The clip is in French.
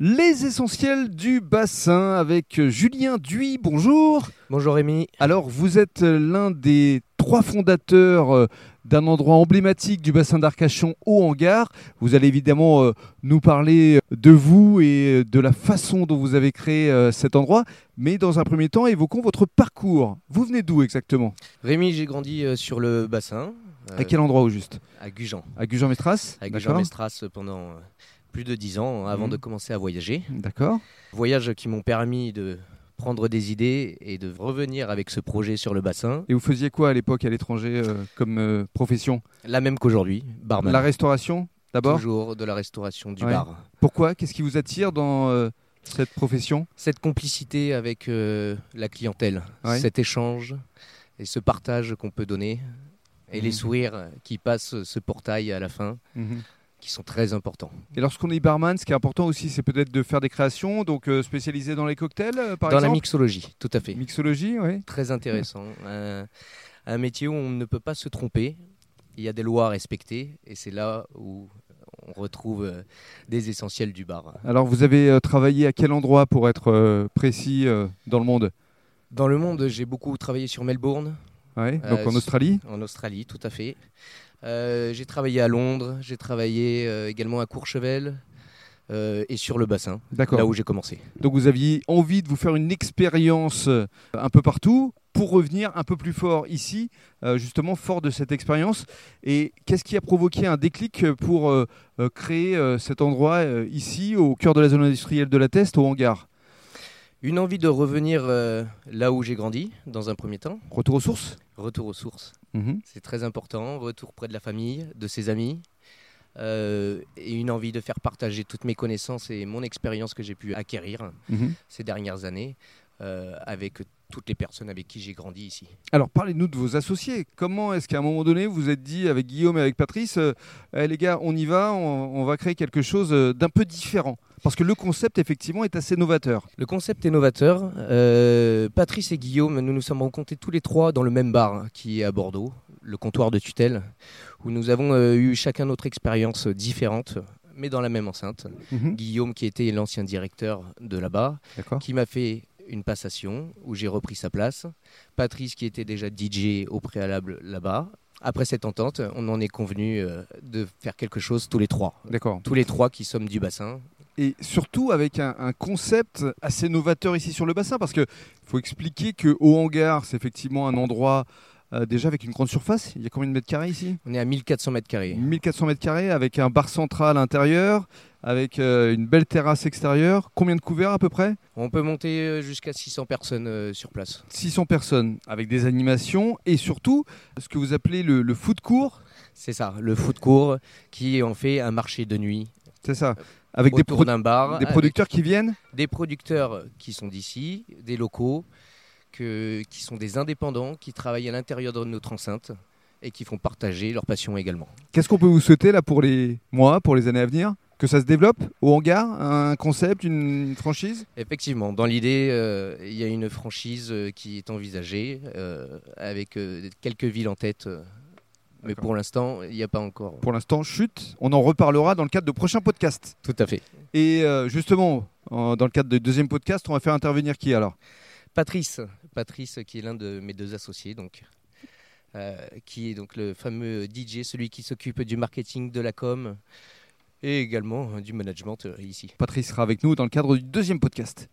Les essentiels du bassin avec euh, Julien Duy, bonjour. Bonjour Rémi. Alors vous êtes euh, l'un des trois fondateurs euh, d'un endroit emblématique du bassin d'Arcachon au hangar. Vous allez évidemment euh, nous parler de vous et euh, de la façon dont vous avez créé euh, cet endroit, mais dans un premier temps, évoquons votre parcours. Vous venez d'où exactement Rémi, j'ai grandi euh, sur le bassin, euh, À quel endroit au juste à Gujan. À Gujan-Métras À D'accord. Gujan-Mestras pendant euh, plus de dix ans hein, avant Mhm. de commencer à voyager. D'accord. Voyages qui m'ont permis de prendre des idées et de revenir avec ce projet sur le bassin. Et vous faisiez quoi à l'époque à l'étranger euh, comme euh, profession La même qu'aujourd'hui, barman. La restauration d'abord Toujours de la restauration du Ouais. bar. Pourquoi Qu'est-ce qui vous attire dans euh, cette profession Cette complicité avec euh, la clientèle, Ouais. cet échange et ce partage qu'on peut donner et les Mhm. sourires qui passent ce portail à la fin qui sont très importants. Et lorsqu'on est barman, ce qui est important aussi, c'est peut-être de faire des créations, donc euh, spécialisées dans les cocktails, euh, par Dans la exemple. mixologie, tout à fait. mixologie, oui. Très intéressant. un, un métier où on ne peut pas se tromper. Il y a des lois à respecter et c'est là où on retrouve euh, des essentiels du bar. Alors, vous avez euh, travaillé à quel endroit, pour être euh, précis, euh, dans le monde Dans le monde, j'ai beaucoup travaillé sur Melbourne, ouais. Euh, Donc, en c'est- Australie en Australie, tout à fait. Euh, j'ai travaillé à Londres, j'ai travaillé euh, également à Courchevel euh, et sur le bassin, là D'accord. où j'ai commencé. Donc, vous aviez envie de vous faire une expérience euh, un peu partout pour revenir un peu plus fort ici, euh, justement, fort de cette expérience. Et qu'est-ce qui a provoqué un déclic pour euh, euh, créer euh, cet endroit euh, ici, au cœur de la zone industrielle de la Teste, au hangar Une envie de revenir euh, là où j'ai grandi, dans un premier temps. Retour aux sources Retour aux sources. Mhm. C'est très important, retour près de la famille, de ses amis, euh, et une envie de faire partager toutes mes connaissances et mon expérience que j'ai pu acquérir Mhm. ces dernières années euh, avec toutes les personnes avec qui j'ai grandi ici. Alors parlez-nous de vos associés. Comment est-ce qu'à un moment donné vous vous êtes dit avec Guillaume et avec Patrice, euh, Eh, les gars, on y va, on, on va créer quelque chose euh, d'un peu différent Parce que le concept effectivement est assez novateur. Le concept est novateur. Euh, Patrice et Guillaume, nous nous sommes rencontrés tous les trois dans le même bar qui est à Bordeaux, le comptoir de tutelle, où nous avons euh, eu chacun notre expérience différente, mais dans la même enceinte. Guillaume, qui était l'ancien directeur de là-bas, D'accord. qui m'a fait une passation où j'ai repris sa place. Patrice qui était déjà DJ au préalable là-bas. Après cette entente, on en est convenu euh, de faire quelque chose tous les trois. D'accord. Tous les trois qui sommes du bassin. Et surtout avec un, un concept assez novateur ici sur le bassin, parce que faut expliquer que au hangar, c'est effectivement un endroit euh, déjà avec une grande surface. Il y a combien de mètres carrés ici On est à 1400 mètres carrés. 1400 mètres carrés avec un bar central intérieur, avec euh, une belle terrasse extérieure. Combien de couverts à peu près On peut monter euh, jusqu'à 600 personnes euh, sur place. 600 personnes avec des animations et surtout ce que vous appelez le, le food court, C'est ça, le food court qui en fait un marché de nuit c'est ça, avec des, autour pro- d'un bar. des avec producteurs qui viennent. des producteurs qui sont d'ici, des locaux, que- qui sont des indépendants, qui travaillent à l'intérieur de notre enceinte et qui font partager leur passion également. Qu'est-ce qu'on peut vous souhaiter là pour les mois, pour les années à venir Que ça se développe au hangar Un concept, une franchise Effectivement, dans l'idée, euh, il y a une franchise euh, qui est envisagée euh, avec euh, quelques villes en tête. euh, mais D'accord. pour l'instant, il n'y a pas encore. Pour l'instant, chute, on en reparlera dans le cadre de prochains podcasts. Tout à fait. Et euh, justement, en- dans le cadre du deuxième podcast, on va faire intervenir qui alors Patrice, Patrice qui est l'un de mes deux associés, donc, euh, qui est donc le fameux DJ, celui qui s'occupe du marketing, de la com et également euh, du management euh, ici. Patrice sera avec nous dans le cadre du deuxième podcast.